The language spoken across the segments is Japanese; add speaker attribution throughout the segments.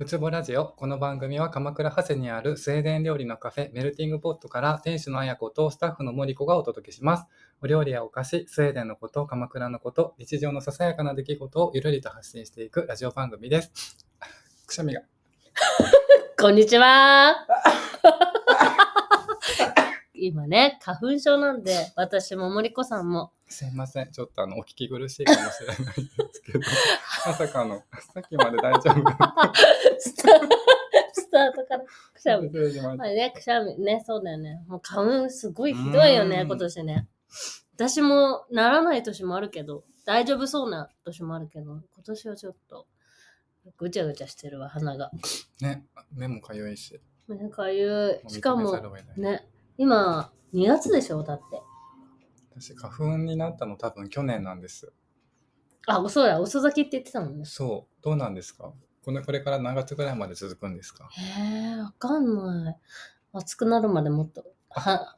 Speaker 1: うつぼラジオ。この番組は鎌倉長谷にあるスウェーデン料理のカフェメルティングポットから店主の綾子とスタッフの森子がお届けします。お料理やお菓子、スウェーデンのこと、鎌倉のこと、日常のささやかな出来事をゆるりと発信していくラジオ番組です。くしゃみが。
Speaker 2: こんにちは。今ね、花粉症なんで、私も森子さんも。
Speaker 1: すいません。ちょっとあの、お聞き苦しいかもしれないんですけど、まさかの、さっきまで大丈夫だった。
Speaker 2: スタスタートからくしゃみ。
Speaker 1: 失礼しました
Speaker 2: まあね、くしゃみ。ね、そうだよね。もう花粉すごいひどいよ
Speaker 1: う
Speaker 2: ね、
Speaker 1: ん
Speaker 2: 今年ね。私もならない年もあるけど、大丈夫そうな年もあるけど、今年はちょっと、ぐちゃぐちゃしてるわ、鼻が。
Speaker 1: ね、目もかゆいし。
Speaker 2: なんかいう、しか
Speaker 1: 認めざる
Speaker 2: も、
Speaker 1: を得ない
Speaker 2: ね、今、2月でしょ、だって。
Speaker 1: 私、花粉になったの多分去年なんです。
Speaker 2: あ、そうだ、遅咲きって言ってたもんね。
Speaker 1: そう、どうなんですかこのこれから何月ぐらいまで続くんですか
Speaker 2: えー、わかんない。暑くなるまでもっと、は、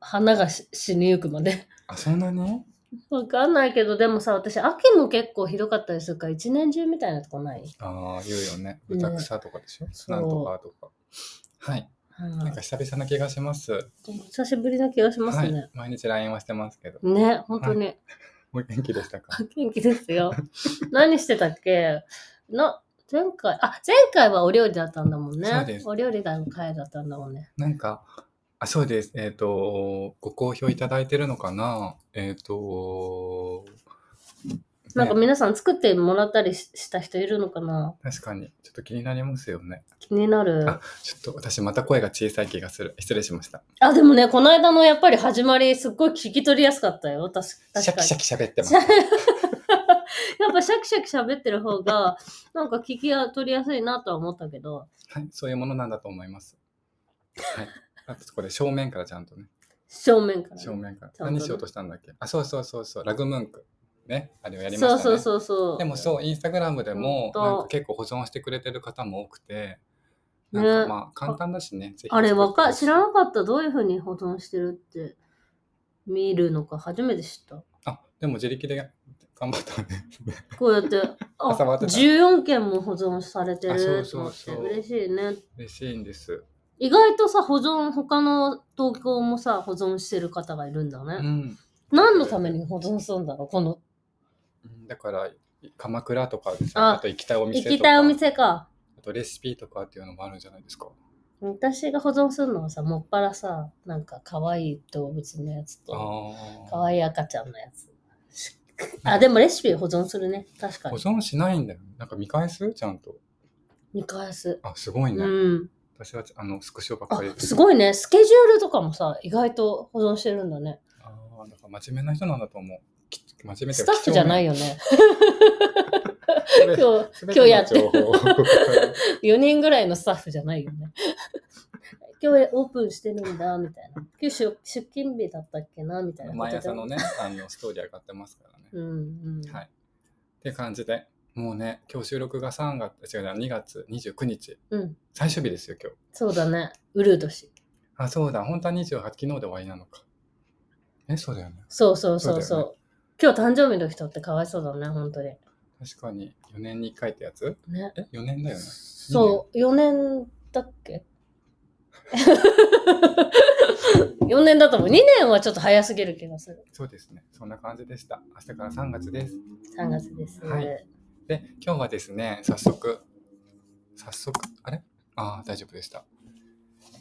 Speaker 2: 花がし死にゆくまで。
Speaker 1: あ、そんなに
Speaker 2: わかんないけど、でもさ、私、秋も結構ひどかったりするから、一年中みたいなとこない、
Speaker 1: ああ、言うよね。
Speaker 2: ね
Speaker 1: 豚草とかでしょ、
Speaker 2: そう
Speaker 1: なんとかとか。はい、
Speaker 2: うん
Speaker 1: なんか久々な気がします。
Speaker 2: 久しぶりな気がします
Speaker 1: は
Speaker 2: ね。
Speaker 1: い、毎日 LINE はしてますけど。
Speaker 2: ね、本当に。
Speaker 1: お元気でしたか
Speaker 2: 元気ですよ。 何してたっけな、前回、あ、前回はお料理だったんだもん
Speaker 1: そうで
Speaker 2: ね。
Speaker 1: す
Speaker 2: お料理の会だったんだもんね。
Speaker 1: なんか、あ、そうです。えっ、と、ご好評いただいてるのかなえっ、と、
Speaker 2: なんか
Speaker 1: ね、
Speaker 2: 皆さん作ってもらったりしした人いるのかな
Speaker 1: 確かに、ちょっと気になりますよね。
Speaker 2: 気になる。
Speaker 1: あちょっと私また声が小さい気がする。失礼しました。
Speaker 2: あ、でもね、この間のやっぱり始まり、すっごい聞き取りやすかったよ。た
Speaker 1: シ
Speaker 2: し確
Speaker 1: ャ
Speaker 2: か
Speaker 1: キ
Speaker 2: に。
Speaker 1: シャキ喋ってます。
Speaker 2: やっぱシャキシャキ喋ってる方が、なんか聞き取りやすいなとは思ったけど、
Speaker 1: はい、そういうものなんだと思います。 はい。あとこれ正面からちゃんとね。
Speaker 2: 正面から、
Speaker 1: 正面から。
Speaker 2: ちゃんとね
Speaker 1: 何しようとしたんだっけあ、そうそうそうそう。ラグムンク。ね。あれをやりました
Speaker 2: そ
Speaker 1: ね。
Speaker 2: うそうそうそう。
Speaker 1: でもそう、インスタグラムでも
Speaker 2: 本、当
Speaker 1: なんか結構保存してくれてる方も多くて、なん
Speaker 2: ね
Speaker 1: かまあ簡単だしね。ぜひ
Speaker 2: あれ、わか、知ら
Speaker 1: ん
Speaker 2: なかった。どういうふうに保存してるって、見るのか初めて知った。
Speaker 1: あ、でも自力で 頑張ったね。
Speaker 2: こう やって、あ、
Speaker 1: 朝回ってた
Speaker 2: 14件も保存されてると思って、
Speaker 1: あそうそうそう
Speaker 2: 嬉しいね。
Speaker 1: 嬉しいんです。
Speaker 2: 意外とさ、保存、他の投稿もさ、保存してる方がいるんだね。
Speaker 1: うん。
Speaker 2: 何のために保存するんだろうこの
Speaker 1: うんだから、鎌倉とかで
Speaker 2: あ
Speaker 1: さ、あと行きたいお店
Speaker 2: 行
Speaker 1: とか。
Speaker 2: きたいお店か。
Speaker 1: あとレシピとかっていうのもあるんじゃないですか。
Speaker 2: 私が保存するのはさ、もっぱらさ、なんか可愛い動物のやつと、
Speaker 1: あ
Speaker 2: 可
Speaker 1: あ。
Speaker 2: 愛い赤ちゃんのやつ。しあ、でもレシピ保存するね。確か
Speaker 1: 保
Speaker 2: に。
Speaker 1: 存しないんだよね。なんか見返すちゃんと。
Speaker 2: 見返す。
Speaker 1: あ、すごいね。
Speaker 2: うん。
Speaker 1: 私はあのスクショばっ
Speaker 2: あ
Speaker 1: かり、
Speaker 2: す
Speaker 1: い。
Speaker 2: ごいね。スケジュールとかもさ、意外と保存してるんだね。
Speaker 1: ああ、だから真面目な人なんだと思う。き真面目
Speaker 2: スタッフじゃない
Speaker 1: よ。
Speaker 2: よね。
Speaker 1: 今
Speaker 2: 今 日、今日やって。
Speaker 1: る。
Speaker 2: 4人ぐらいのスタッフじゃないよね。 今日オープンしてるんだ、みたいな。今日出出勤日だったっけな、みたいなこと
Speaker 1: 毎
Speaker 2: で。
Speaker 1: 朝のね、あのストーリー上がってますからね。
Speaker 2: うんうん。
Speaker 1: はい。っていう感じで、もうね、今日収録が3月、違うな、2月29日。
Speaker 2: うん。
Speaker 1: 最終日ですよ、今日。
Speaker 2: そうだね。うるう年。
Speaker 1: あ、そうだ、本当は28、昨日で終わりなのか。え、そうだよね。
Speaker 2: そうそうそう
Speaker 1: そ
Speaker 2: そうう。
Speaker 1: だよ
Speaker 2: 今日誕生日の人ってかわいそうだね、本当に。
Speaker 1: 確かに、4年に1回ってやつ
Speaker 2: ね。
Speaker 1: え、4年だよね。
Speaker 2: そう、4年だっけ ?4 年だと思う。2年はちょっと早すぎる気がする。
Speaker 1: そうですね。そんな感じでした。明日から3月です。
Speaker 2: 3月です。
Speaker 1: はいで、今日はですね、早速、早速、あれああ、大丈夫でした。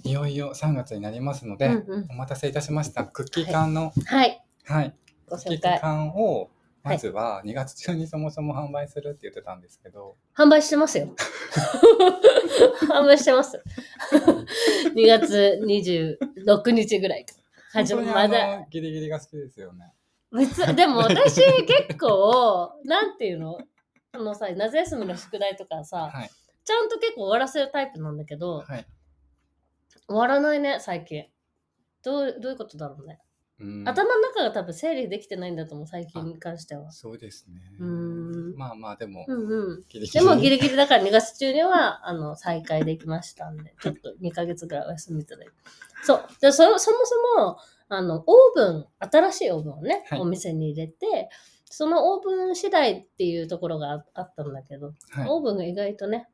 Speaker 1: いよいよ3月になりますので、
Speaker 2: うんうん
Speaker 1: お待たせいたしました。クッキー缶の、
Speaker 2: はい、
Speaker 1: はい、
Speaker 2: ご
Speaker 1: クッ
Speaker 2: 紹
Speaker 1: キー
Speaker 2: 介。
Speaker 1: 缶を、まずは2月中にそもそも販売するって言ってたんですけど、
Speaker 2: 販売してます よ。販売してます。2月26日ぐらいから始
Speaker 1: 本当に
Speaker 2: ま
Speaker 1: あ
Speaker 2: る。まだ
Speaker 1: のギリギリが好きですよね。
Speaker 2: 別でも私結構なんていうのあのさ夏休みの宿題とかさ
Speaker 1: はい。
Speaker 2: ちゃんと結構終わらせるタイプなんだけど
Speaker 1: はい。
Speaker 2: 終わらないね最近どうどういうことだろうね、
Speaker 1: うん
Speaker 2: 頭の中が多分整理できてないんだと思う最近に関しては
Speaker 1: そうですね。
Speaker 2: うーん
Speaker 1: まあまあ、でも、
Speaker 2: うんうん
Speaker 1: ギリギ
Speaker 2: で
Speaker 1: リ。
Speaker 2: もギリギリだから2月中にはあの再開できましたんでちょっと2ヶ月ぐらいお休みいただいてそうでそそもそもあのオーブン新しいオーブンをね、
Speaker 1: はい
Speaker 2: お店に入れてそのオーブン次第っていうところがああったんだけど、
Speaker 1: はい
Speaker 2: オーブンが意外とね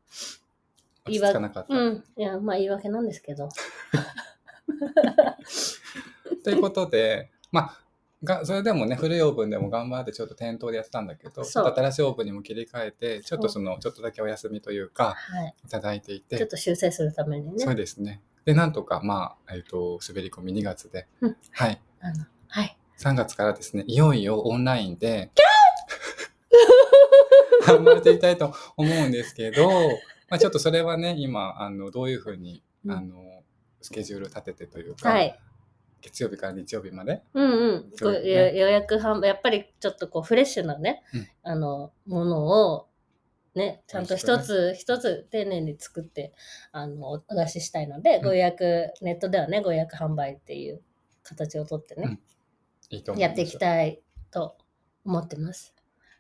Speaker 1: 落ち着かなかった。
Speaker 2: うん。いや、まあ言い訳なんですけど。
Speaker 1: ということで、まあ、がそれでもね古いオーブンでも頑張ってちょっと店頭でやってたんだけどち
Speaker 2: そう
Speaker 1: ょっと新しいオーブンにも切り替えてちょっとそのちょっとだけお休みというか
Speaker 2: はい。
Speaker 1: いただいていて
Speaker 2: ちょっと修正するために
Speaker 1: そう
Speaker 2: ね。
Speaker 1: ですねでなんとかまあ、えっと滑り込み2月で、
Speaker 2: うん
Speaker 1: はい、
Speaker 2: あのはい。
Speaker 1: 3月からですねいよいよオンライン で頑張っていきたいと思うんですけど、ま あ、ちょっとそれはね今あのどういうふうに、
Speaker 2: うん
Speaker 1: あのスケジュール立ててというか、
Speaker 2: はい。
Speaker 1: 月曜日から日曜日まで
Speaker 2: うんうん。
Speaker 1: そ
Speaker 2: こ
Speaker 1: う
Speaker 2: う
Speaker 1: ですね
Speaker 2: よ予約販売、やっぱりちょっとこうフレッシュなね、
Speaker 1: うん
Speaker 2: あの、ものを、ね、ちゃんと
Speaker 1: そう
Speaker 2: 一
Speaker 1: で
Speaker 2: つ一つ丁寧に作って、あの、お出ししたいので、
Speaker 1: ん
Speaker 2: ご予約、ネットではね、ご予約販売っていう形をとってね、
Speaker 1: いいと思い
Speaker 2: や
Speaker 1: ます
Speaker 2: っていきたいと思ってます。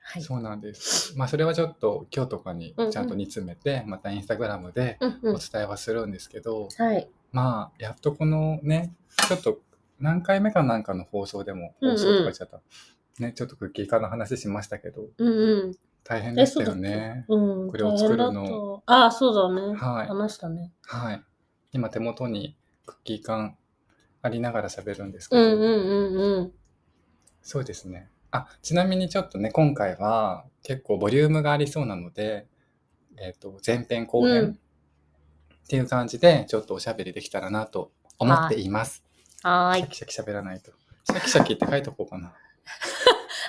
Speaker 2: はい。
Speaker 1: そうなんです。まあそれはちょっと今日とかに
Speaker 2: うんうん
Speaker 1: ちゃんと煮詰めて、またインスタグラムで
Speaker 2: うんう
Speaker 1: お
Speaker 2: ん。
Speaker 1: 伝えはするんですけど、
Speaker 2: はい。
Speaker 1: まあやっとこのね、ちょっと何回目かなんかの放送でも、
Speaker 2: うんうん
Speaker 1: 放送とか言っちゃった。ね、ちょっとクッキー化の話しましたけど、
Speaker 2: うんうん。
Speaker 1: 大変
Speaker 2: え
Speaker 1: でしたよね。
Speaker 2: うん、
Speaker 1: これを作るの
Speaker 2: 大変だとああ、そうだね。
Speaker 1: はい
Speaker 2: 話したね。
Speaker 1: はい。今手元にクッキー缶ありながら喋るんですけ
Speaker 2: う
Speaker 1: ど、
Speaker 2: んうんうんうん。
Speaker 1: そうですね。あ、ちなみにちょっとね、今回は結構ボリュームがありそうなので、えっ、と、前編後
Speaker 2: う
Speaker 1: 編
Speaker 2: ん
Speaker 1: っていう感じで、ちょっとおしゃべりできたらなと思っています。
Speaker 2: は
Speaker 1: シ
Speaker 2: ー
Speaker 1: ャキシャキしゃべらないと。シャキシャキって書いとこうかな。
Speaker 2: い。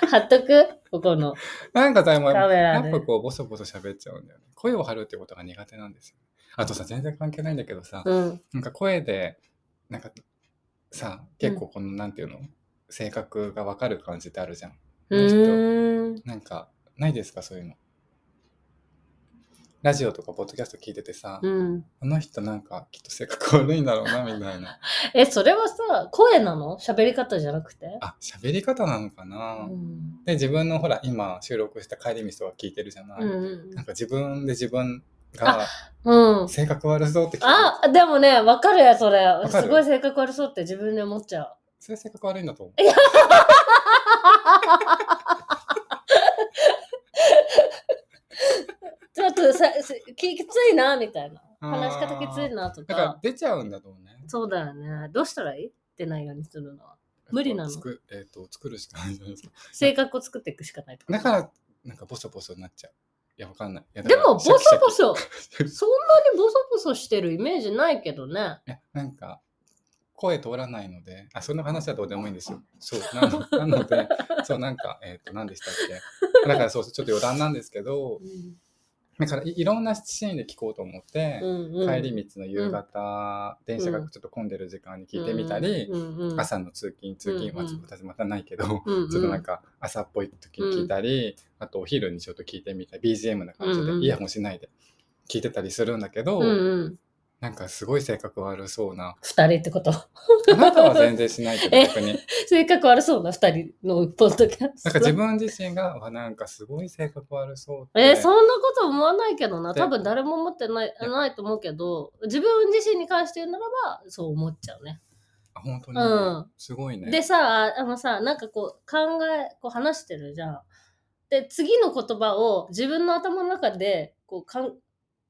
Speaker 2: 貼っとくここの。
Speaker 1: なんかさ、もう
Speaker 2: カメ
Speaker 1: や
Speaker 2: ラ
Speaker 1: っ
Speaker 2: で
Speaker 1: ぱこう、ボソボソ喋っちゃうんだよね。声を張るってことが苦手なんですよ。あとさ、全然関係ないんだけどさ、
Speaker 2: うん。
Speaker 1: なんか声で、なんかさ、結構この、なんていうの性格がわかる感じってあるじゃん。
Speaker 2: うーん。
Speaker 1: なんか、ないですか、そういうの。ラジオとか、ポッドキャスト聞いててさ、
Speaker 2: うん。
Speaker 1: この人なんか、きっと性格悪いんだろうな、み たいな。
Speaker 2: え、それはさ、声なの喋り方じゃなくて
Speaker 1: あ、喋り方なのか
Speaker 2: う
Speaker 1: な、
Speaker 2: ん。
Speaker 1: で、自分のほら、今、収録した帰り道とか聞いてるじゃない、
Speaker 2: うん
Speaker 1: なんか自分で自分が、
Speaker 2: うん。うん。
Speaker 1: 性格悪そうって聞いて、
Speaker 2: あ、でもね、わかるや、それ
Speaker 1: か。る
Speaker 2: すごい性格悪そうって自分で思っちゃう。
Speaker 1: それ性格悪いんだと思う。
Speaker 2: ちょっとさ、 すききついな、みたいな。話し方きつい
Speaker 1: の。
Speaker 2: な、と
Speaker 1: だから
Speaker 2: か。
Speaker 1: 出ちゃうんだと思うね。
Speaker 2: そうだよね。どうしたらいい出ないようにするのは。無理なの
Speaker 1: つくえっ、と、作るしかないじゃないですか。
Speaker 2: 性格を作っていくしかないと
Speaker 1: だから、なんかボソボソになっちゃう。いや、わかんない。いや
Speaker 2: でも、ボソボ。ソ、
Speaker 1: シャキシャキ
Speaker 2: そんなにボソボソしてるイメージないけどね。
Speaker 1: いやなんか声通らないのであそんな話はどうでもいいんですよそうなのなの でそうなんかえっ、と何でしたっけだからそうちょっと余談なんですけど
Speaker 2: うん
Speaker 1: だからいいろんなシーンで聞こうと思って、
Speaker 2: うんうん
Speaker 1: 帰り道の夕方、電車がちょっと混んでる時間に聞いてみたり、
Speaker 2: うんうん
Speaker 1: 朝の通勤通勤は
Speaker 2: うんうん
Speaker 1: 私またないけど、
Speaker 2: うんうん
Speaker 1: ちょっとなんか朝っぽい時に聞いたり、あとお昼にちょっと聞いてみたり BGM な感じで
Speaker 2: うんうん
Speaker 1: イヤホンしないで聞いてたりするんだけど、
Speaker 2: うんうん、
Speaker 1: なんかすごい性格悪そうな
Speaker 2: 2人ってこと
Speaker 1: あなたは全然しないけど、
Speaker 2: え
Speaker 1: 逆に。
Speaker 2: 性格悪そうな2人のポッドキャス
Speaker 1: な
Speaker 2: ト
Speaker 1: んか自分自身が、わなんかすごい性格悪そうって。
Speaker 2: えーそんなこと思わないけどな
Speaker 1: で
Speaker 2: 多分誰も思ってない
Speaker 1: ね
Speaker 2: ないと思うけど自分自身に関して言うならばそう思っちゃうね。
Speaker 1: あ本当に、
Speaker 2: うん
Speaker 1: すごいね。
Speaker 2: でさあのさなんかこう考えこう話してるじゃん。で次の言葉を自分の頭の中でこうかん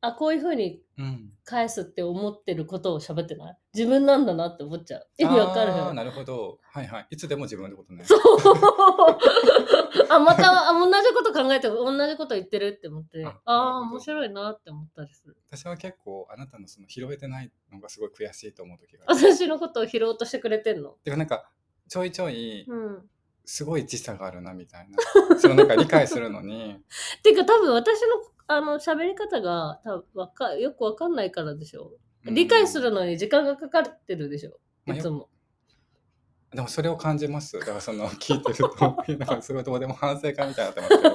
Speaker 2: あこういうふうに
Speaker 1: うん。
Speaker 2: 返すって思ってることを喋ってない自分なんだなって思っちゃう。意味わかる
Speaker 1: あーなるほど。はいはい。いつでも自分のことね。
Speaker 2: そう あまたあ同じこと考えて同じこと言ってるって思って
Speaker 1: あ
Speaker 2: あ
Speaker 1: な
Speaker 2: あ
Speaker 1: るほど
Speaker 2: 面白いなって思ったりする
Speaker 1: 私は結構、あなたのその拾えてないのがすごい悔しいと思う時がある。
Speaker 2: 私のことを拾おうとしてくれてんの
Speaker 1: てかなんか、ちょいちょい、
Speaker 2: うん
Speaker 1: すごい時差があるな、みたいな。そのなんか理解するのに。
Speaker 2: ていうか多分私のあの喋り方が多分わかよくわかんないからでしょ、
Speaker 1: うん
Speaker 2: 理解するのに時間がかかってるでしょ
Speaker 1: まあ
Speaker 2: い
Speaker 1: よ
Speaker 2: つも
Speaker 1: でもそれを感じます。だからその、聞いてる と、なんかすごいどうでも反省会みたいになってますけど。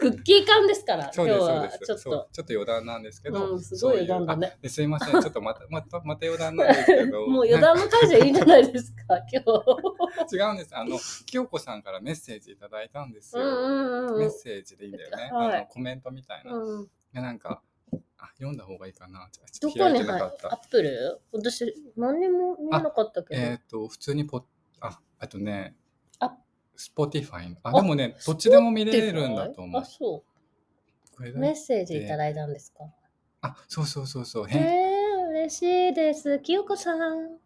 Speaker 2: クッキー缶ですから
Speaker 1: そ
Speaker 2: 今
Speaker 1: うで
Speaker 2: 日
Speaker 1: す、そう
Speaker 2: は
Speaker 1: です。
Speaker 2: ちょっ
Speaker 1: そう
Speaker 2: と
Speaker 1: ちょっと余談なんですけど。
Speaker 2: うんすごい余談だね
Speaker 1: そういう。あですいません、ちょっとまた、また、また余談なんですけど。
Speaker 2: もう余談の回じゃいいんじゃないですか今日
Speaker 1: なんか違うんです。あの、清子さんからメッセージいただいたんです
Speaker 2: う
Speaker 1: よ。
Speaker 2: んうんう
Speaker 1: メッ
Speaker 2: ん
Speaker 1: セージでいいんだよね。
Speaker 2: はい
Speaker 1: あのコメントみたいな。
Speaker 2: うん、
Speaker 1: でなんかあ、読んだ方がいいかな。ちょ
Speaker 2: ど
Speaker 1: っと
Speaker 2: こ
Speaker 1: 開い
Speaker 2: に
Speaker 1: て
Speaker 2: 入
Speaker 1: な
Speaker 2: る
Speaker 1: か
Speaker 2: ア
Speaker 1: った。
Speaker 2: ップル私何にも見えなかったけど、
Speaker 1: えっ、と、普通にポッ、あ、あとね、
Speaker 2: あ
Speaker 1: スポティファイの。あ、で
Speaker 2: あ
Speaker 1: もね、どっちでも見れるんだと思う
Speaker 2: あ、。そう。
Speaker 1: これだ
Speaker 2: メッセージいただいたんですか。
Speaker 1: ああ、そうそうそうそう。
Speaker 2: え
Speaker 1: 変
Speaker 2: ー、嬉しいです。きよこさん。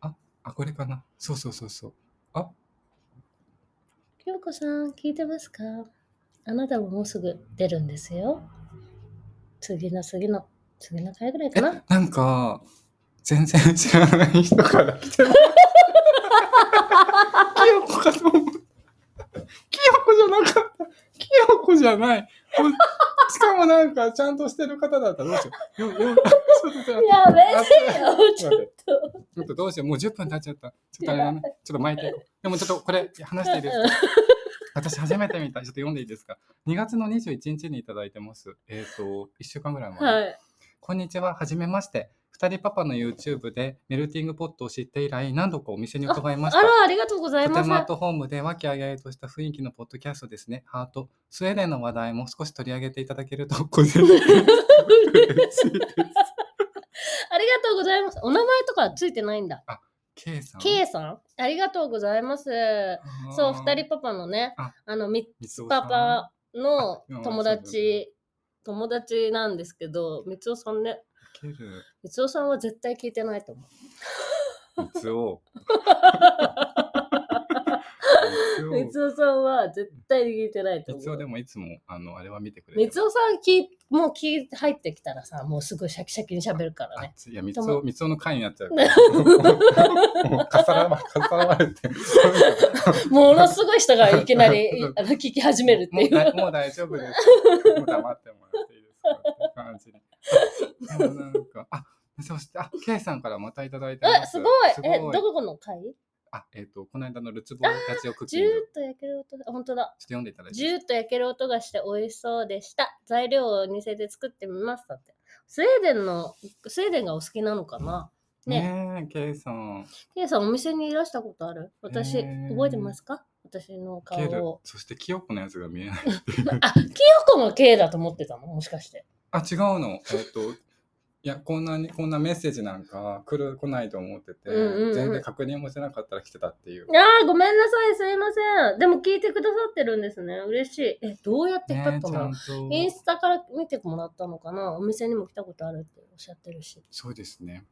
Speaker 1: あ、これかな。そうそうそうそう。
Speaker 2: きよこさん、聞いてますかあなたももうすぐ出るんですよ。次の次の、次の回ぐらいかな。
Speaker 1: なんか、全然知らない人から来 てる。キヨコかと思った。キヨコじゃなかった。キヨコじゃない。おしかもなんか、ちゃんとしてる方だったらどうしよう。よよちょっと待って
Speaker 2: やめ てよ、ち
Speaker 1: ち
Speaker 2: ょ
Speaker 1: ょ
Speaker 2: っ
Speaker 1: っ
Speaker 2: と。
Speaker 1: ちょっとどうしよう。もう10分経っちゃった。ちょっとあれだね。ちょっと巻いていこう。でもちょっとこれ、話していい ですか私初めて見た。ちょっと読んでいいですか ?2 月の21日にいただいてます。えっ、と、1週間ぐらい前。
Speaker 2: はい。
Speaker 1: こんにちは、はじめまして。二人パパの YouTube でメルティングポットを知って以来、何度かお店に伺いまし
Speaker 2: あ
Speaker 1: た。
Speaker 2: ら、ありがとうござい
Speaker 1: とて
Speaker 2: ま
Speaker 1: もアッ
Speaker 2: す。
Speaker 1: トホームで和気あいあいとした雰囲気のポッドキャストですね。ハート。スウェーデンの話題も少し取り上げていただけると、個人的に嬉しいです。
Speaker 2: ありがとうございます。お名前とかついてないんだ。
Speaker 1: K さん。
Speaker 2: K さんありがとうございます。そう、二人パパのね、
Speaker 1: あ
Speaker 2: あの、み
Speaker 1: 三つ
Speaker 2: パパの
Speaker 1: あうん
Speaker 2: 友達、友達なんですけど、みつおさんね、
Speaker 1: ケル。
Speaker 2: みつおさんは絶対聞いてないと思う。
Speaker 1: 三つお。
Speaker 2: み
Speaker 1: 三つ
Speaker 2: つおさんは絶対聞いてない
Speaker 1: お
Speaker 2: と
Speaker 1: 三つお
Speaker 2: 思
Speaker 1: で
Speaker 2: う。
Speaker 1: もいつも、あの、あれは見てくれて
Speaker 2: み
Speaker 1: ます。
Speaker 2: つおさん聞い、もう聞い入ってきたらさ、もうすぐシャキシャキに喋るから
Speaker 1: あ
Speaker 2: ね。
Speaker 1: ついや、三つ
Speaker 2: 友
Speaker 1: お、三つおの会になっちゃう から。もう、かさらわ、かさらわれて。
Speaker 2: ものすごい人がいき なりあの聞き始めるっていう。
Speaker 1: もうだもう大丈夫です。もう黙ってもらっていいですかって感じに。でもなん か、あ、そして、あ、ケイさんからまたいただいてま
Speaker 2: あ、
Speaker 1: す。
Speaker 2: すごい え、どこの回
Speaker 1: あ、えっ、と、この間のルツボラジオクッ
Speaker 2: ジ
Speaker 1: キ
Speaker 2: ュー
Speaker 1: ング、ち
Speaker 2: ッ
Speaker 1: ょっ
Speaker 2: と焼ける音が、本当だ。
Speaker 1: と読んでいただい
Speaker 2: ジ
Speaker 1: て。
Speaker 2: ューッと焼ける音がして美味しそうでした。材料を店で作ってみましたって。スウェーデンの、スウェーデンがお好きなのかなね
Speaker 1: ねえ、ケイさん。
Speaker 2: ケイさんお店にいらしたことある私、
Speaker 1: へー
Speaker 2: 覚えてますか私の顔
Speaker 1: ケル
Speaker 2: を。、
Speaker 1: そしてキヨコのやつが見えない。
Speaker 2: あ、キヨコの K だと思ってたのもしかして。
Speaker 1: あ、違うの。えっ、と、 いや、こんなに、こんなメッセージなんか来る、来ないと思ってて、
Speaker 2: うんうんうん
Speaker 1: 全然確認もしてなかったら来てたっていう。
Speaker 2: あー、ごめんなさい。すいません。でも聞いてくださってるんですね。嬉しい。え、どうやって
Speaker 1: ね
Speaker 2: 引っ
Speaker 1: え、
Speaker 2: 張った
Speaker 1: ち
Speaker 2: の
Speaker 1: ゃんと。
Speaker 2: インスタから見てもらったのかなお店にも来たことあるっておっしゃってるし。
Speaker 1: そうですね。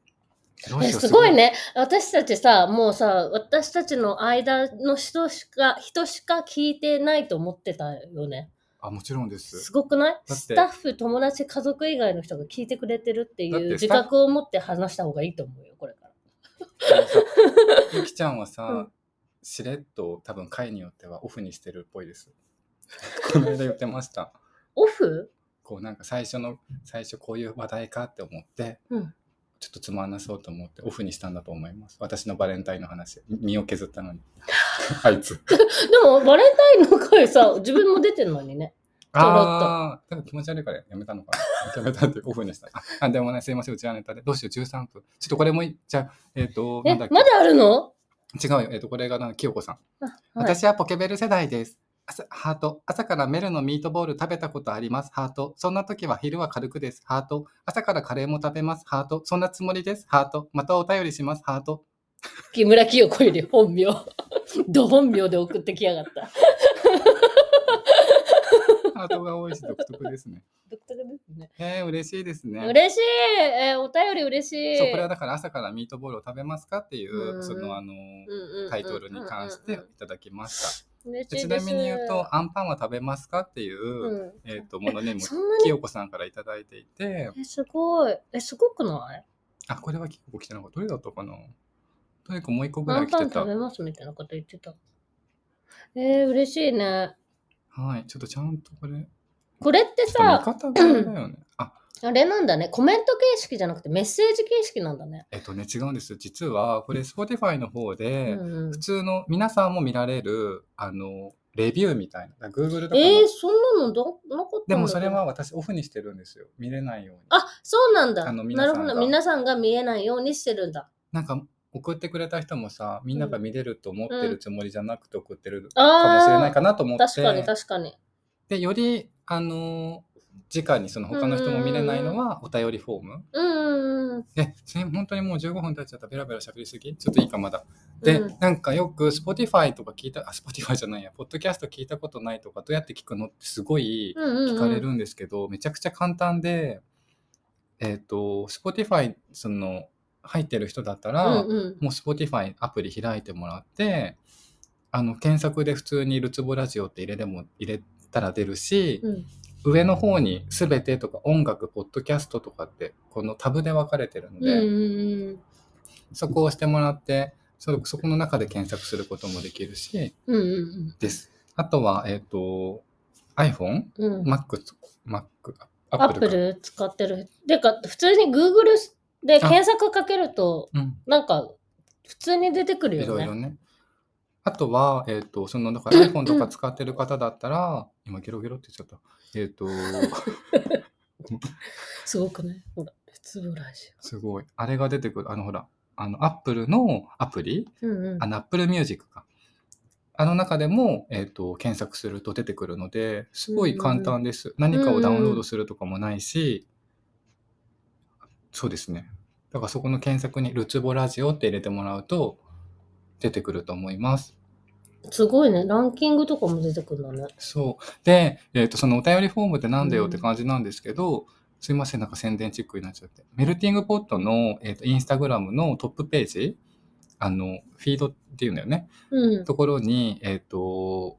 Speaker 1: どう
Speaker 2: え
Speaker 1: しよう
Speaker 2: すごい。ね。私たちさ、もうさ、私たちの間の人しか、人しか聞いてないと思ってたよね。
Speaker 1: あ、もちろんです。
Speaker 2: すごくない
Speaker 1: て
Speaker 2: スタッフ、友達、家族以外の人が聞いてくれてるってい
Speaker 1: だっ
Speaker 2: う
Speaker 1: て
Speaker 2: 自
Speaker 1: スタッフ
Speaker 2: 覚を持って話した方がいいと思うよ、これから。
Speaker 1: あのさゆきちゃんはさ、
Speaker 2: うん
Speaker 1: しれっと多分会によってはオフにしてるっぽい です。この間言ってました。
Speaker 2: オフ
Speaker 1: こうなんか最初の最初こういう話題かって思って、
Speaker 2: うん
Speaker 1: ちょっとつまんなそうと思ってオフにしたんだと思います。私のバレンタインの話身を削った のにあいつ。
Speaker 2: でも、バレンタインの回さ、自分も出てるの にね。ろっと
Speaker 1: ああー、多分気持ち悪いからやめたのかな。やめたってオフにした。ああ、でもね、すいません、うちはネタで。どうしよう、13分。ちょっとこれもいじゃあ、えっ、と、
Speaker 2: え、
Speaker 1: なんだっけ
Speaker 2: ま。だあるの
Speaker 1: 違うよ。えっ、と、これがなんだ清子さん。
Speaker 2: はい
Speaker 1: 私はポケベル世代です。朝ハート朝からメルのミートボール食べたことあります。ハートそんな時は昼は軽くです。ハート朝からカレーも食べます。ハートそんなつもりです。ハートまたお便りします。ハート
Speaker 2: 木村清子より本名。 ど本名で送ってきやがった。
Speaker 1: ハートが多いし独特ですね。
Speaker 2: 独特ですね。
Speaker 1: えー、嬉しいですね。
Speaker 2: 嬉しい、えーお便り嬉しい。
Speaker 1: そうこれはだから朝からミートボールを食べますかっていう、
Speaker 2: うん
Speaker 1: そのあのタイトルに関していただきました。
Speaker 2: 嬉
Speaker 1: で
Speaker 2: しい
Speaker 1: ち
Speaker 2: で
Speaker 1: な
Speaker 2: す
Speaker 1: みに言うとアンパンは食べますかっていう、
Speaker 2: うん、
Speaker 1: えっ、とものにも
Speaker 2: そんなに
Speaker 1: 清子さんからいただいていて、
Speaker 2: えすごいえすごくない
Speaker 1: あ、これは結構来てなかった。どれだったかなとにかくもう一個ぐ
Speaker 2: ワ
Speaker 1: ら
Speaker 2: ン
Speaker 1: い来
Speaker 2: パ
Speaker 1: て
Speaker 2: ン
Speaker 1: た。
Speaker 2: 食
Speaker 1: は
Speaker 2: べますみたいなこと言ってたえー、嬉しいね
Speaker 1: い。ちょっとちゃんとこれ。
Speaker 2: これって
Speaker 1: ちょっ
Speaker 2: さ
Speaker 1: と見方があれだよね。あ、
Speaker 2: あれなんだねコメント形式じゃなくてメッセージ形式なんだね、
Speaker 1: えっとね、違うんです。実は、これ Spotify の方
Speaker 2: う
Speaker 1: で、
Speaker 2: んうん
Speaker 1: 普通の皆さんも見られる、あの、レビューみたいな。Google とかの
Speaker 2: えー、そんなのどなかったんだけ
Speaker 1: で
Speaker 2: ど
Speaker 1: もそれは私オフにしてるんですよ。見れないように。
Speaker 2: あそうなんだ
Speaker 1: あの
Speaker 2: な
Speaker 1: 皆さ
Speaker 2: る
Speaker 1: んが
Speaker 2: ほど皆さんが見えないようにしてるんだ
Speaker 1: なんか、送ってくれた人もさ、みんなが見れると思ってるつもりじゃなくて送ってるかもしれな
Speaker 2: あ
Speaker 1: い
Speaker 2: あ
Speaker 1: かなと思って。
Speaker 2: 確かに確かに
Speaker 1: で、より、あのー直にその他の人も見れないのはお便りフォーム。
Speaker 2: うんうん。
Speaker 1: で、すい本当にもう15分経っちゃった。ベラベラ喋りすぎちょっといいかまだ。で、
Speaker 2: うん
Speaker 1: なんかよく Spotify とか聞いた、あ、Spotify じゃないや、ポッドキャスト聞いたことないとか、どうやって聞くのってすごい
Speaker 2: うんうんうん
Speaker 1: 聞かれるんですけど、めちゃくちゃ簡単で、えっ、と、Spotify、その、入ってる人だったら、
Speaker 2: うんうん。
Speaker 1: もう Spotify アプリ開いてもらって、あの、検索で普通にルツボラジオって入れても、入れたら出るし、
Speaker 2: うん
Speaker 1: 上の方に全てとか音楽、ポッドキャストとかって、このタブで分かれてるの
Speaker 2: うん
Speaker 1: で、
Speaker 2: うん
Speaker 1: そこを押してもらって、そそこの中で検索することもできるし、
Speaker 2: うん。うんうん
Speaker 1: です。あとは、えっ、と、iPhone、
Speaker 2: うん。うん。
Speaker 1: Mac、Mac、
Speaker 2: ア
Speaker 1: Apple
Speaker 2: ッ
Speaker 1: か
Speaker 2: プル使ってる。てか、普通に Google で検索かけると、
Speaker 1: うん、
Speaker 2: なんか、普通に出てくる
Speaker 1: い
Speaker 2: よ
Speaker 1: ろい
Speaker 2: ね。
Speaker 1: ろね。あとは、えっ、と、その、だ から iPhone とか使ってる方だったら、今ゲロゲロって言っちゃった。えっ、と、
Speaker 2: すごくないほら、普通のラジ
Speaker 1: すごい。あれが出てくる。あの、ほら、あの、Apple のアプリ、
Speaker 2: オ。うんうん
Speaker 1: あ。の、Apple Music か。あの中でも、えっ、と、検索すると出てくるので、すごい簡単です。何かをダウンロードするとかもないし、そうですね。だからそこの検索に、ルツボラジオって入れてもらうと、出てくると思います。
Speaker 2: すごいね。ランキングとかも出てくるんだね。
Speaker 1: そう。で、えっ、と、そのお便りフォームってなんだよって感じなんですけど、すいません、なんか宣伝チックになっちゃって。メルティングポットの、えっ、と、インスタグラムのトップページ、あの、フィードっていうんだよね。
Speaker 2: うん。
Speaker 1: ところに、えっ、と、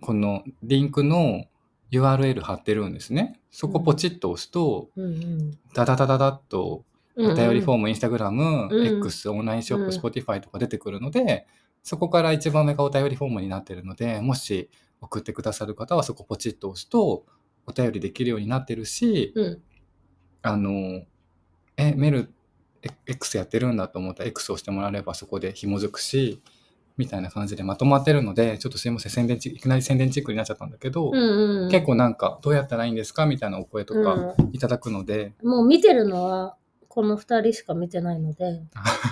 Speaker 1: このリンクの URL 貼ってるんですね。そこポチッと押すと、
Speaker 2: うんうん。
Speaker 1: ダダダダダッとお便りフォ
Speaker 2: ー
Speaker 1: ーム、インスタグラム、
Speaker 2: うん
Speaker 1: X、オンラインショッ
Speaker 2: うん
Speaker 1: プ、Spotify とか出てくるので、そこから一番目がお便りフォームになってるので、もし送ってくださる方はそこポチッと押すと、お便りできるようになってるし、
Speaker 2: ム。うん。
Speaker 1: あの、え、メル、え X やってるんだと思ったら X を押してもらえればそこで紐づくし、みたいな感じでまとまってるので、ちょっとすいません、宣伝チいきなり宣伝チックになっちゃったんだけど、
Speaker 2: うんうん。
Speaker 1: 結構なんか、どうやったらいいんですかみたいなお声とか
Speaker 2: うん
Speaker 1: いただくので、
Speaker 2: もう見てるのは、この二人しか見てないので、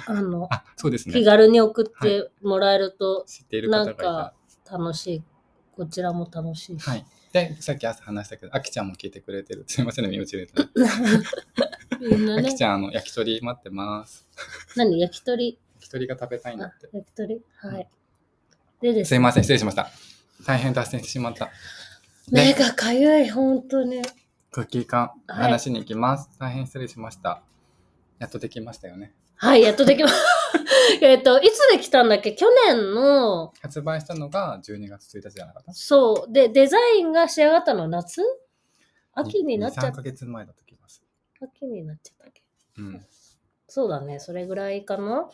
Speaker 2: あの、
Speaker 1: あ、そうです
Speaker 2: 気
Speaker 1: ね。
Speaker 2: 軽に送ってもらえると
Speaker 1: 知っている方がいた
Speaker 2: なん
Speaker 1: ら
Speaker 2: か。楽しい。こちらも楽しいし。
Speaker 1: はい。で、さっき朝話したけど、あきちゃんも聞いてくれてる。すいませんね、身内で。
Speaker 2: みんな
Speaker 1: あき
Speaker 2: ね
Speaker 1: ち、ゃん、あの、焼き鳥待ってます。
Speaker 2: 何焼き鳥
Speaker 1: 焼き鳥が食べたいんだ
Speaker 2: あ
Speaker 1: って。、
Speaker 2: 焼き鳥はい。でです
Speaker 1: いません、失礼しました。大変脱線してしまった。
Speaker 2: 目
Speaker 1: で、
Speaker 2: がかゆい、本当に。
Speaker 1: クッキー缶、
Speaker 2: はい
Speaker 1: 話に行きます。大変失礼しました。やっとできましたよね。
Speaker 2: はい、やっとできま えっと、いつできたんだっけ去年の、
Speaker 1: 発売したのが12月1日じゃなかった
Speaker 2: そう。で、デザインが仕上がったのは夏秋になっちゃ
Speaker 1: 2 3
Speaker 2: っ
Speaker 1: ヶ
Speaker 2: た。
Speaker 1: 月前だときます。
Speaker 2: 秋になっちゃったっけ
Speaker 1: うん。
Speaker 2: そうだね。それぐらいかな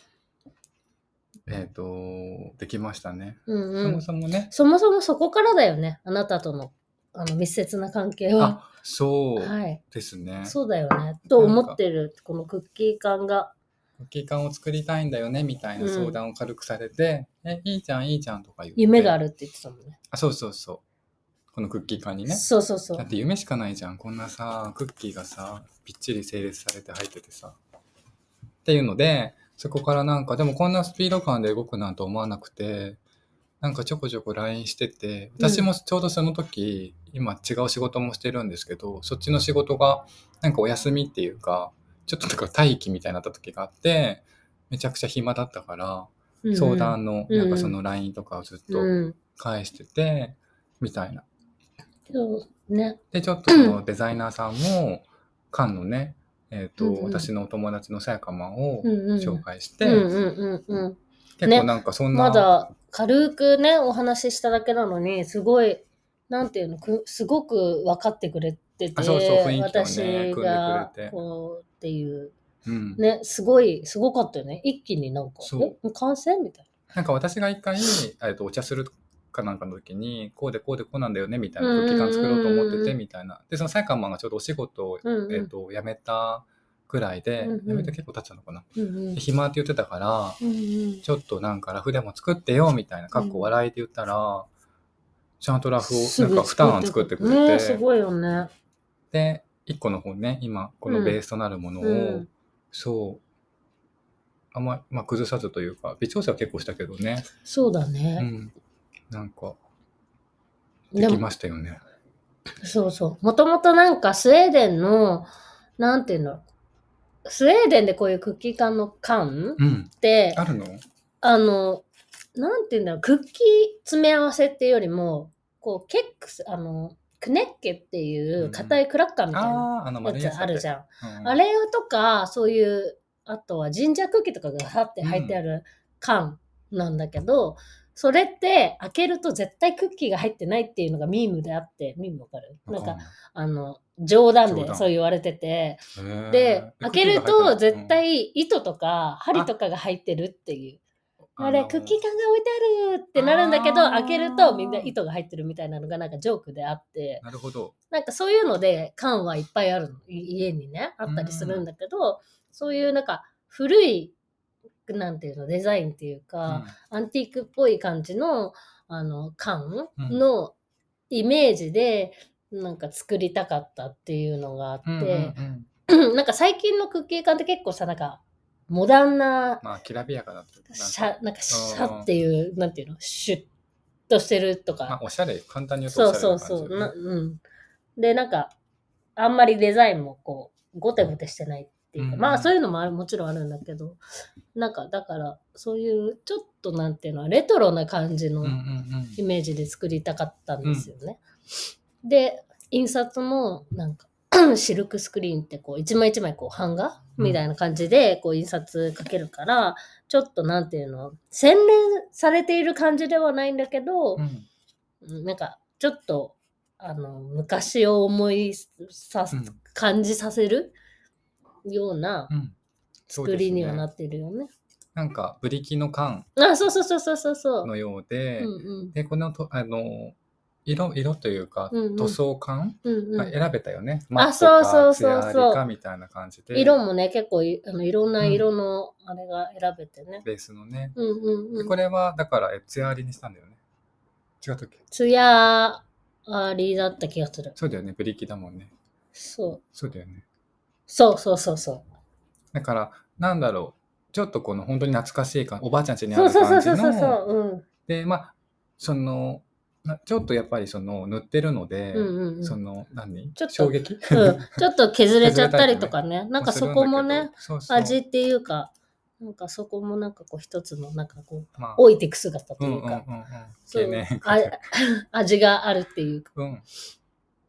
Speaker 1: えっ、と、できましたね。
Speaker 2: うんう
Speaker 1: そも
Speaker 2: ん。
Speaker 1: そもね、
Speaker 2: そもそもそこからだよね。あなたとのあの密接な関係は。
Speaker 1: あ、そう
Speaker 2: はい。
Speaker 1: ですね。
Speaker 2: そうだよね。と思ってる、このクッキー感が。
Speaker 1: 空き缶を作りたいんだよねみたいな相談を軽くされて、え、いいじゃん、いいじゃんとか言って。
Speaker 2: 夢があるって言ってたもんね。
Speaker 1: あ、そうそうそう。このクッキー缶にね。
Speaker 2: そうそうそう
Speaker 1: だっ。て夢しかないじゃん。こんなさ、クッキーがさ、びっちり整列されて入っててさ。っていうので、そこからなんか、でもこんなスピード感で動くなんて思わなくて、なんかちょこちょこ LINE してて、
Speaker 2: うん
Speaker 1: 私もちょうどその時、今違う仕事もしてるんですけど、そっちの仕事がなんかお休みっていうか、ちょっとなんか待機みたいになった時があって、めちゃくちゃ暇だったから、
Speaker 2: うんうん
Speaker 1: 相談のなんかその LINE とかをずっと
Speaker 2: うん。
Speaker 1: 返してて、みたいな。
Speaker 2: そうね。
Speaker 1: で、ちょっとそのデザイナーさんも、菅のね、えっ、と、
Speaker 2: うんうん
Speaker 1: 私のお友達のさやかまんを
Speaker 2: うんうん。
Speaker 1: 紹介して、
Speaker 2: うんうんうんうん。
Speaker 1: 結構なんかそんな、
Speaker 2: まだ軽くね、お話ししただけなのに、すごい、なんていうの、くすごく分かってくれてて、
Speaker 1: あそうそう雰囲気をね
Speaker 2: 私が
Speaker 1: 組んでくれて
Speaker 2: こうっていう、
Speaker 1: うん、
Speaker 2: ね、すごい、すごかったよね。一気になんか、
Speaker 1: そう
Speaker 2: え、もう完成みたい
Speaker 1: なんか私が一回、えっとお茶するかなんかの時に、こうでこうでこうなんだよねみたいな空気感作ろうと思っててみたいな。で、そのさやかまんがちょうどお仕事を、
Speaker 2: な。うん、うん。
Speaker 1: えっと辞めたくらいで、
Speaker 2: うんうん
Speaker 1: 辞めて結構経っちゃうのかな。
Speaker 2: うんうん
Speaker 1: で暇って言ってたから、
Speaker 2: うんうん
Speaker 1: ちょっとなんかラフでも作ってよみたいな、かっこ笑いで言ったら、ちゃんとラフを
Speaker 2: す
Speaker 1: なん
Speaker 2: ぐ
Speaker 1: か2段作ってくれて、
Speaker 2: ね、すごいよね。
Speaker 1: で1個の本ね今このベースとなるものを、
Speaker 2: うん
Speaker 1: そうあんま、まあ、崩さずというか微調整は結構したけどね、
Speaker 2: そうだ
Speaker 1: う
Speaker 2: ね。
Speaker 1: ん、なんか
Speaker 2: で
Speaker 1: でき
Speaker 2: も、
Speaker 1: ましたよね
Speaker 2: そうそう。もともとなんかスウェーデンの、なんていうんだろう。スウェーデンでこういうクッキー缶の缶
Speaker 1: うん。
Speaker 2: って、
Speaker 1: あるの
Speaker 2: あの、なんていうんだろう、クッキー詰め合わせっていうよりも、こう、ケックス、あの、クネッケっていう硬いクラッカーみたいな
Speaker 1: ああー、あの丸
Speaker 2: や
Speaker 1: い
Speaker 2: つ
Speaker 1: やつ
Speaker 2: あるじ
Speaker 1: ゃ
Speaker 2: ゃん。
Speaker 1: ん。うん
Speaker 2: あれとか、そういう、あとはジンジャークッキーとかがはって入ってある缶なんだけど、それって開けると絶対クッキーが入ってないっていうのがミームであって、ミームわかるなんか、、あの、冗談
Speaker 1: 冗
Speaker 2: で
Speaker 1: 談
Speaker 2: そう言われてて、
Speaker 1: へー
Speaker 2: で、開けると絶、
Speaker 1: え
Speaker 2: 対糸とか針とかが入ってるっていう。あれ、クッキー缶が置いてあるってなるんだけ
Speaker 1: あ
Speaker 2: ど、
Speaker 1: ー
Speaker 2: 開けるとみんな糸が入ってるみたいなのがなんかジョークであって、
Speaker 1: なるほど。
Speaker 2: なんかそういうので缶はいっぱいあるの。い家にね、あったりするんだけど、そういうなんか古い、なんていうの、デザインっていうか、アンティークっぽい感じの、あの、缶
Speaker 1: うん
Speaker 2: のイメージで、なんか作りたかったっていうのがあって、
Speaker 1: うんうんうんうん
Speaker 2: なんか最近のクッキー缶って結構さ、なんか、モダンな
Speaker 1: まあ、きらびやかだったりなんか
Speaker 2: シャ、なんかシ
Speaker 1: うんうん
Speaker 2: ャっていう、なんていうの、シュッとしてると
Speaker 1: まあ
Speaker 2: か。、
Speaker 1: おしゃれ、簡単に言うと
Speaker 2: そ
Speaker 1: お
Speaker 2: う
Speaker 1: しゃれ
Speaker 2: そう
Speaker 1: な感じ
Speaker 2: そ
Speaker 1: よね。
Speaker 2: う。なうん。で、なんか、あんまりデザインもこう、ごてごてしてないっていうか、
Speaker 1: うん
Speaker 2: まあそういうのもある、もちろんあるんだけど、なんか、だから、そういう、ちょっとなんていうの、レトロな感じの
Speaker 1: うんうん
Speaker 2: イメージで作りたかったんですよね。で、印刷もなんか シルクスクリーンってこう一枚一枚こう版画
Speaker 1: うん
Speaker 2: みたいな感じでこう印刷かけるから、ちょっとなんていうの洗練されている感じではないんだけど
Speaker 1: う、ん。
Speaker 2: なんかちょっとあの昔を思いさす、
Speaker 1: うん
Speaker 2: 感じさせるような
Speaker 1: うん。そう
Speaker 2: 作
Speaker 1: ですね
Speaker 2: りにはなってるよね。
Speaker 1: なんか、ブリキの缶
Speaker 2: あそうそうそうそうそうそう。
Speaker 1: のよう
Speaker 2: う
Speaker 1: で、
Speaker 2: んうん
Speaker 1: で、このと、あの、色、色というか、
Speaker 2: うんうん
Speaker 1: 塗装感
Speaker 2: うんう
Speaker 1: が
Speaker 2: ん
Speaker 1: 選べたよね。
Speaker 2: そうそうそうそう
Speaker 1: 艶ありかみたいな感じで。
Speaker 2: 色もね、結構いあのいろんな色のあれが選べてね。
Speaker 1: ベースのね。
Speaker 2: うんうん
Speaker 1: で
Speaker 2: うん。
Speaker 1: これは、だから、え艶ありにしたんだよね。違ったっけ
Speaker 2: ツヤありだった気がする。
Speaker 1: そうだよね。ブリキだもんね。
Speaker 2: そう。
Speaker 1: そうだよね。
Speaker 2: そうそうそうそ
Speaker 1: だから、なんだろう。ちょっとこの本当に懐かしい感おばあちゃん家
Speaker 2: う。
Speaker 1: にあ
Speaker 2: そう
Speaker 1: る
Speaker 2: そうそ
Speaker 1: 感
Speaker 2: う
Speaker 1: じ
Speaker 2: そうそう
Speaker 1: の。
Speaker 2: そう。
Speaker 1: で、まあ、その、なちょっとやっぱりその、塗ってるので、
Speaker 2: うん。うんうんうん。
Speaker 1: その、何
Speaker 2: ちょっと
Speaker 1: 衝撃
Speaker 2: うん、ちょっと削れちゃったり とかね。なんかそこもね、、
Speaker 1: そうそう
Speaker 2: 味っていうか、なんかそこもなんかこう一つの、なんかこう、
Speaker 1: まあ、
Speaker 2: 老いていく姿と
Speaker 1: うん
Speaker 2: い
Speaker 1: うん
Speaker 2: う
Speaker 1: うんう
Speaker 2: か
Speaker 1: ん、。
Speaker 2: そう、
Speaker 1: ね、
Speaker 2: あ 味があるっていうか。
Speaker 1: うん。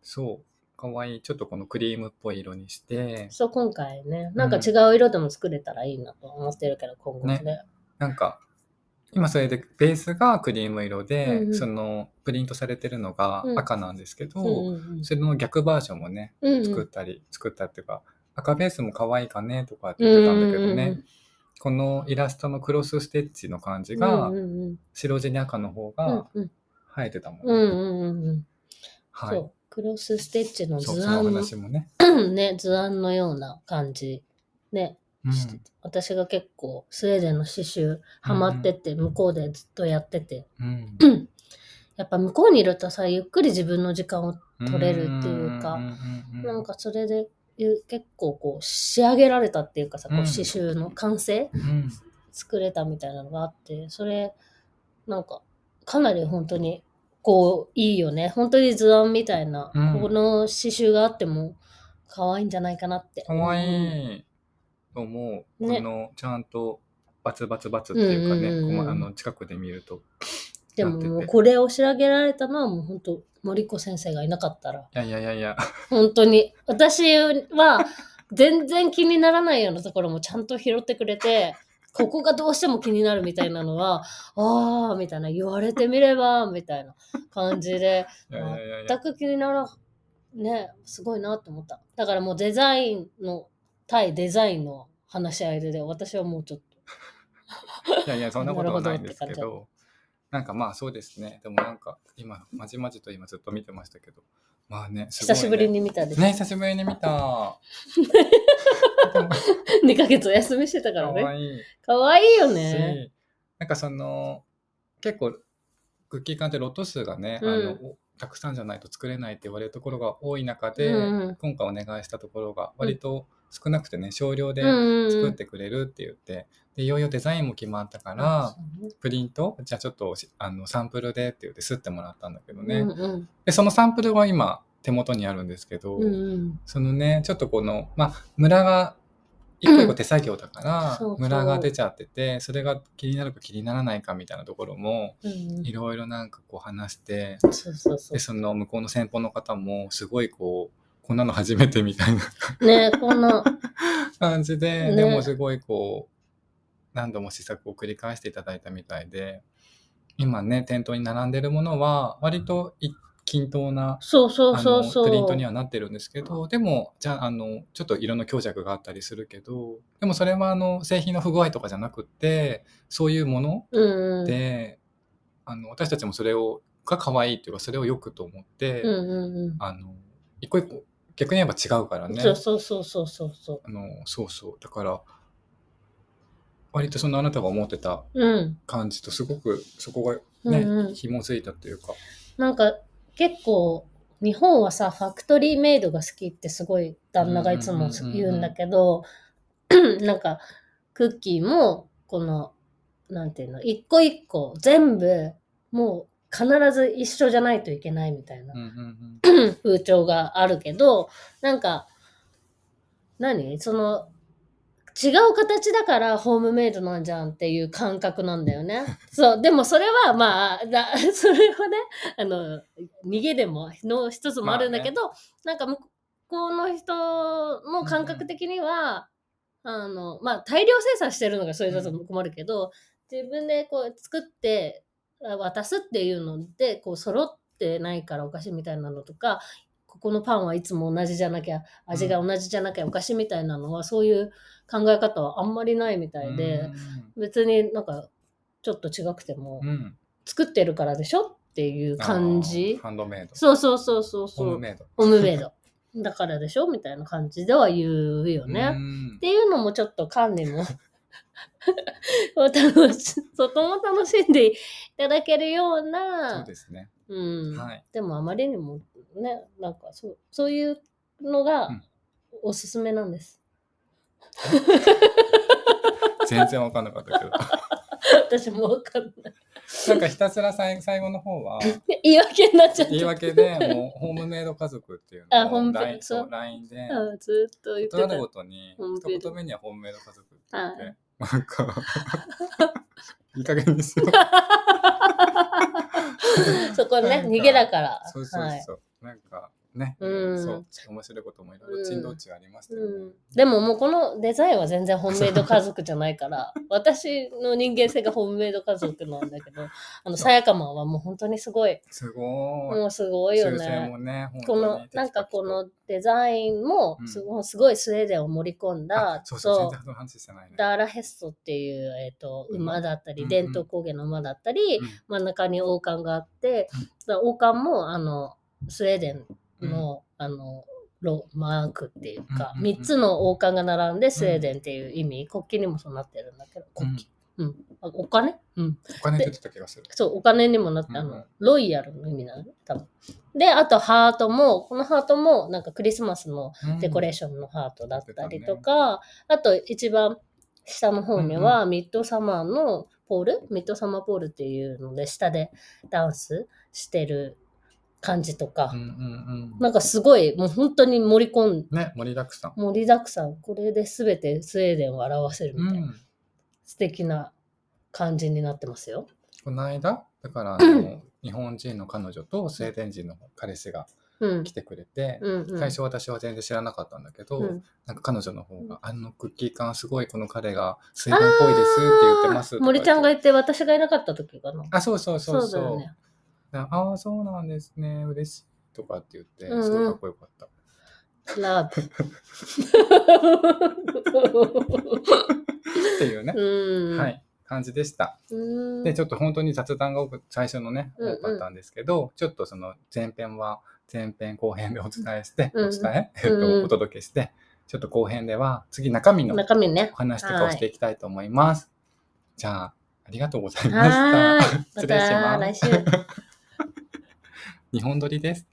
Speaker 1: そう。かわいい。ちょっとこのクリームっぽい色にして、
Speaker 2: そう、今回ね、なんか違う色でも作れたらいいなと思ってるけど、今後もね。
Speaker 1: なんか、今それでベースがクリーム色で、
Speaker 2: うんうん
Speaker 1: そのプリントされてるのが
Speaker 2: うん
Speaker 1: 赤なんですけど、
Speaker 2: うんうん
Speaker 1: それの逆バージョンもね、
Speaker 2: うんうん
Speaker 1: 作ったり、作ったっていうか、赤ベースも可愛いかねとかって言ってたんだけどね、
Speaker 2: うんうんうん
Speaker 1: このイラストのクロスステッチの感じが、
Speaker 2: うんうん
Speaker 1: 白地に赤の方
Speaker 2: うん
Speaker 1: が
Speaker 2: うん
Speaker 1: 生えてたもん、
Speaker 2: うんうんうんうん
Speaker 1: は
Speaker 2: そ
Speaker 1: い。
Speaker 2: うクロスステッチの
Speaker 1: そう、
Speaker 2: 図
Speaker 1: その
Speaker 2: 案
Speaker 1: お
Speaker 2: の
Speaker 1: 話もね。
Speaker 2: ね図案のような感じね、
Speaker 1: うん
Speaker 2: してて私が結構スウェーデンの刺繍ハマってて、向こうでずっとやってて
Speaker 1: うん
Speaker 2: やっぱ向こうにいるとさゆっくり自分の時間を取れるっていうか
Speaker 1: んうんうん
Speaker 2: なんかそれでゆ結構こう仕上げられたっていうかさこう
Speaker 1: うん
Speaker 2: 刺繍の完成
Speaker 1: うん
Speaker 2: 作れたみたいなのがあってそれなんかかなり本当にこういいよね本当に図案みたいな、
Speaker 1: うん
Speaker 2: この刺繍があっても可愛いんじゃないかなって
Speaker 1: かわいいと思う、
Speaker 2: ね
Speaker 1: このちゃんとバツバツバツっていうかね、
Speaker 2: うんうんうん
Speaker 1: こうあの近くで見るとい
Speaker 2: で
Speaker 1: な
Speaker 2: も
Speaker 1: ってて
Speaker 2: もうこれを仕上げられたのはもう本当森子先生がいなかったら
Speaker 1: やいやいやいや
Speaker 2: 本当に私は全然気にならないようなところもちゃんと拾ってくれてここがどうしても気になるみたいなのはああみたいな言われてみればみたいな感じで
Speaker 1: いやいやいやいや
Speaker 2: 全く気にならねすごいなって思っただからもうデザインの対デザインの話し合いで私はもうちょっと
Speaker 1: いやいやそんなことはないんです
Speaker 2: な
Speaker 1: け
Speaker 2: るほ
Speaker 1: どなんかまあそうですねでもなんか今まじまじと今ずっと見てましたけどまあねすごいね
Speaker 2: 久しぶりに見たでしょ、
Speaker 1: ね久しぶりに見たでも
Speaker 2: 2ヶ月お休みしてたか
Speaker 1: からわ
Speaker 2: ね
Speaker 1: いい
Speaker 2: かわいいよ
Speaker 1: し
Speaker 2: ね
Speaker 1: なんかその結構クッキー缶ってロット数がね、
Speaker 2: うん
Speaker 1: あのおたくさんじゃないと作れないって言われるところが多い中で、
Speaker 2: うんうん
Speaker 1: 今回お願いしたところが割と少なくてね少量で
Speaker 2: 作
Speaker 1: 作ってくれるって言って、でいよいよデザインも決まったから、プリントじゃあちょっとしあのサンプルでって言ってすってもらったんだけどね、
Speaker 2: うんうん
Speaker 1: でそのサンプルは今手元にあるんですけど、
Speaker 2: うんうん
Speaker 1: そのねちょっとこの、まあ、村が一個一個手作業だから、
Speaker 2: そうそう
Speaker 1: ムラが出ちゃっててそれが気になるか気にならないかみたいなところも
Speaker 2: うん
Speaker 1: いろいろなんかこう話して
Speaker 2: うん。そうそうそ
Speaker 1: でその向こうの先方の方もすごいこうこんなの初めてみたいな
Speaker 2: う。ねこんな、
Speaker 1: 感じで、
Speaker 2: ね
Speaker 1: でもすごいこう何度も試作を繰り返していただいたみたいで今ね店頭に並んでるものは割とい均等な
Speaker 2: そうそう
Speaker 1: あ
Speaker 2: そ
Speaker 1: の
Speaker 2: うそう。
Speaker 1: プリントにはなってるんですけどでもじゃああのちょっと色の強弱があったりするけどでもそれはあの製品の不具合とかじゃなくってそういうもの
Speaker 2: うんうん。
Speaker 1: で、あの私たちもそれをが可愛いっていうかそれをよくと思って、
Speaker 2: うんうん
Speaker 1: あの一個一個逆に言えば違うから
Speaker 2: うん。
Speaker 1: ね
Speaker 2: そうそうそうそうそうそ
Speaker 1: あのそうそうだから割とそのあなたが思ってた
Speaker 2: う。うん。
Speaker 1: 感じとすごくそこが
Speaker 2: うん
Speaker 1: ね、
Speaker 2: うん。
Speaker 1: 紐づいたというか。
Speaker 2: なんか結構日本はさファクトリーメイドが好きってすごい旦那がいつも言うんだけど なんかクッキーもこのなんていうの一個一個全部もう必ず一緒じゃないといけないみたいな
Speaker 1: うんうん
Speaker 2: 風潮があるけどなんか何その違う形だからホームメイドなんじゃんっていう感覚なんだよね。そうでもそれはまあだ それはねあの逃げでもの一つもあるんだけど、なんか向こうの人の感覚的には、あのまあ大量生産してるのがそれだと困るけど、自分でこう作ってあ渡すっていうのでこう揃ってないからおかしいみたいなのとかここのパンはいつも同じじゃなきゃ味が同じじゃなきゃおかしいみたいなのは、そういう考え方はあんまりないみた
Speaker 1: う
Speaker 2: い
Speaker 1: ん
Speaker 2: で、別になんかちょっと違くても、
Speaker 1: うんうん
Speaker 2: 作ってるからでしょっていう感じ
Speaker 1: あーハンドメイド
Speaker 2: そうそうそうそう
Speaker 1: ホ
Speaker 2: そ
Speaker 1: ーム
Speaker 2: う
Speaker 1: メイド
Speaker 2: オムメイドだからでしょみたいな感じでは言うよね。
Speaker 1: うん
Speaker 2: っていうのもちょっと観念も 楽しとても楽しんでいただけるよう
Speaker 1: そう
Speaker 2: な
Speaker 1: ですね。
Speaker 2: うん
Speaker 1: はい
Speaker 2: でもあまりにもねなんかそうそういうのが
Speaker 1: うん
Speaker 2: おすすめなんです、
Speaker 1: 全然わかんなか ったけど。
Speaker 2: 私もわかんない
Speaker 1: なんかひたすら最最後の方 は、
Speaker 2: 言い訳になっちゃった
Speaker 1: 言い訳で、もう、ホームメイド家族っていう
Speaker 2: あホー
Speaker 1: の
Speaker 2: ム
Speaker 1: を
Speaker 2: ペ
Speaker 1: LINE
Speaker 2: そう
Speaker 1: そう LINE で、
Speaker 2: うんずっと言って
Speaker 1: 断
Speaker 2: た
Speaker 1: るごとに、
Speaker 2: ホームペイ
Speaker 1: 一
Speaker 2: ド
Speaker 1: 言目にはホームメイド家 族って言っ
Speaker 2: は
Speaker 1: て、なん か、いい加減にしよう。
Speaker 2: そこ
Speaker 1: なん
Speaker 2: ね
Speaker 1: か
Speaker 2: 逃げだから
Speaker 1: そうそう
Speaker 2: はい
Speaker 1: そう。なんか、ね、
Speaker 2: うん
Speaker 1: そう、面白いこともいろいろ珍道中ありましたよ
Speaker 2: う
Speaker 1: ね
Speaker 2: ん。、でももうこのデザインは全然ホームメイド家族じゃないから 私の人間性がホームメイド家族なんだけどあの
Speaker 1: そう
Speaker 2: さやかまんはもう本当にすごい
Speaker 1: すごい。
Speaker 2: もうすごいよ
Speaker 1: 修正
Speaker 2: ね
Speaker 1: もね、本当
Speaker 2: この
Speaker 1: に
Speaker 2: なんかこのデザインもすごい,、すごいスウェーデンを盛り込んだ
Speaker 1: あそうそう、全
Speaker 2: そう
Speaker 1: 然その話してないね。
Speaker 2: ダーラヘッソっていう、えー、と馬だったり、
Speaker 1: うん
Speaker 2: 伝統工芸の馬だったり、
Speaker 1: うん
Speaker 2: 真ん中に王冠があって、だから王冠もあのスウェーデンの,、あのロマークっていうか、
Speaker 1: うんうんうん
Speaker 2: 3つの王冠が並んでスウェーデンっていう意味、国旗にもそうなってるんだけ
Speaker 1: う
Speaker 2: ど国
Speaker 1: ん
Speaker 2: 旗、うんあお金、うん、
Speaker 1: お金出てた気がする。
Speaker 2: そうお金にもなってあ
Speaker 1: うんう
Speaker 2: の
Speaker 1: ん
Speaker 2: ロイヤルの意味なのね多分であとハートもこのハートもなんかクリスマスのデコレーションのハートだったりとか、あと一番下の方にはミッドサマーのポール、ミッドサマーポールっていうので下でダンスしてる感じとか、
Speaker 1: うんうんう
Speaker 2: なんかすごいもう本当に盛り込ん
Speaker 1: ん。ね、盛りだくさん。
Speaker 2: 盛りだくさんこれで全てスウェーデンを表せるみ
Speaker 1: う
Speaker 2: たいな、
Speaker 1: ん。
Speaker 2: 素敵な感じになってますよ。
Speaker 1: この間、だから、あの 日本人の彼女とスウェーデン人の彼氏が
Speaker 2: うん
Speaker 1: 来、てくれて、
Speaker 2: うんうん、
Speaker 1: 最初私は全然知らなかったんだけど、
Speaker 2: うん
Speaker 1: なんか彼女の方が、あのクッキー缶すごいこの彼がスウェーデンっぽいですって言ってます
Speaker 2: あ
Speaker 1: と
Speaker 2: ー
Speaker 1: か言って。
Speaker 2: 森ちゃんがいて私がいなかった時かな。
Speaker 1: あ、そうそうそうそう。
Speaker 2: だよね。
Speaker 1: なああ、そうなんですね、嬉しいとかって言って、
Speaker 2: うんうん
Speaker 1: すごいかっこよかった。
Speaker 2: ラブ。
Speaker 1: っていうね、
Speaker 2: うん。
Speaker 1: は。い、感じでした。
Speaker 2: うん。
Speaker 1: でちょっと本当に雑談が多く最初のね
Speaker 2: うんうん
Speaker 1: 多かったんですけど、ちょっとその前編は前編後編でお伝えして、
Speaker 2: う
Speaker 1: お
Speaker 2: ん
Speaker 1: 伝え、えっ
Speaker 2: うんうん
Speaker 1: とお届けしてちょっと後編では次中身の
Speaker 2: 中身ね
Speaker 1: お。話とかをしていきたいと思います。じゃあありがとうございま
Speaker 2: は
Speaker 1: し
Speaker 2: ー い
Speaker 1: た。。失
Speaker 2: ま
Speaker 1: 礼したます。
Speaker 2: 来週。
Speaker 1: 日本撮りです。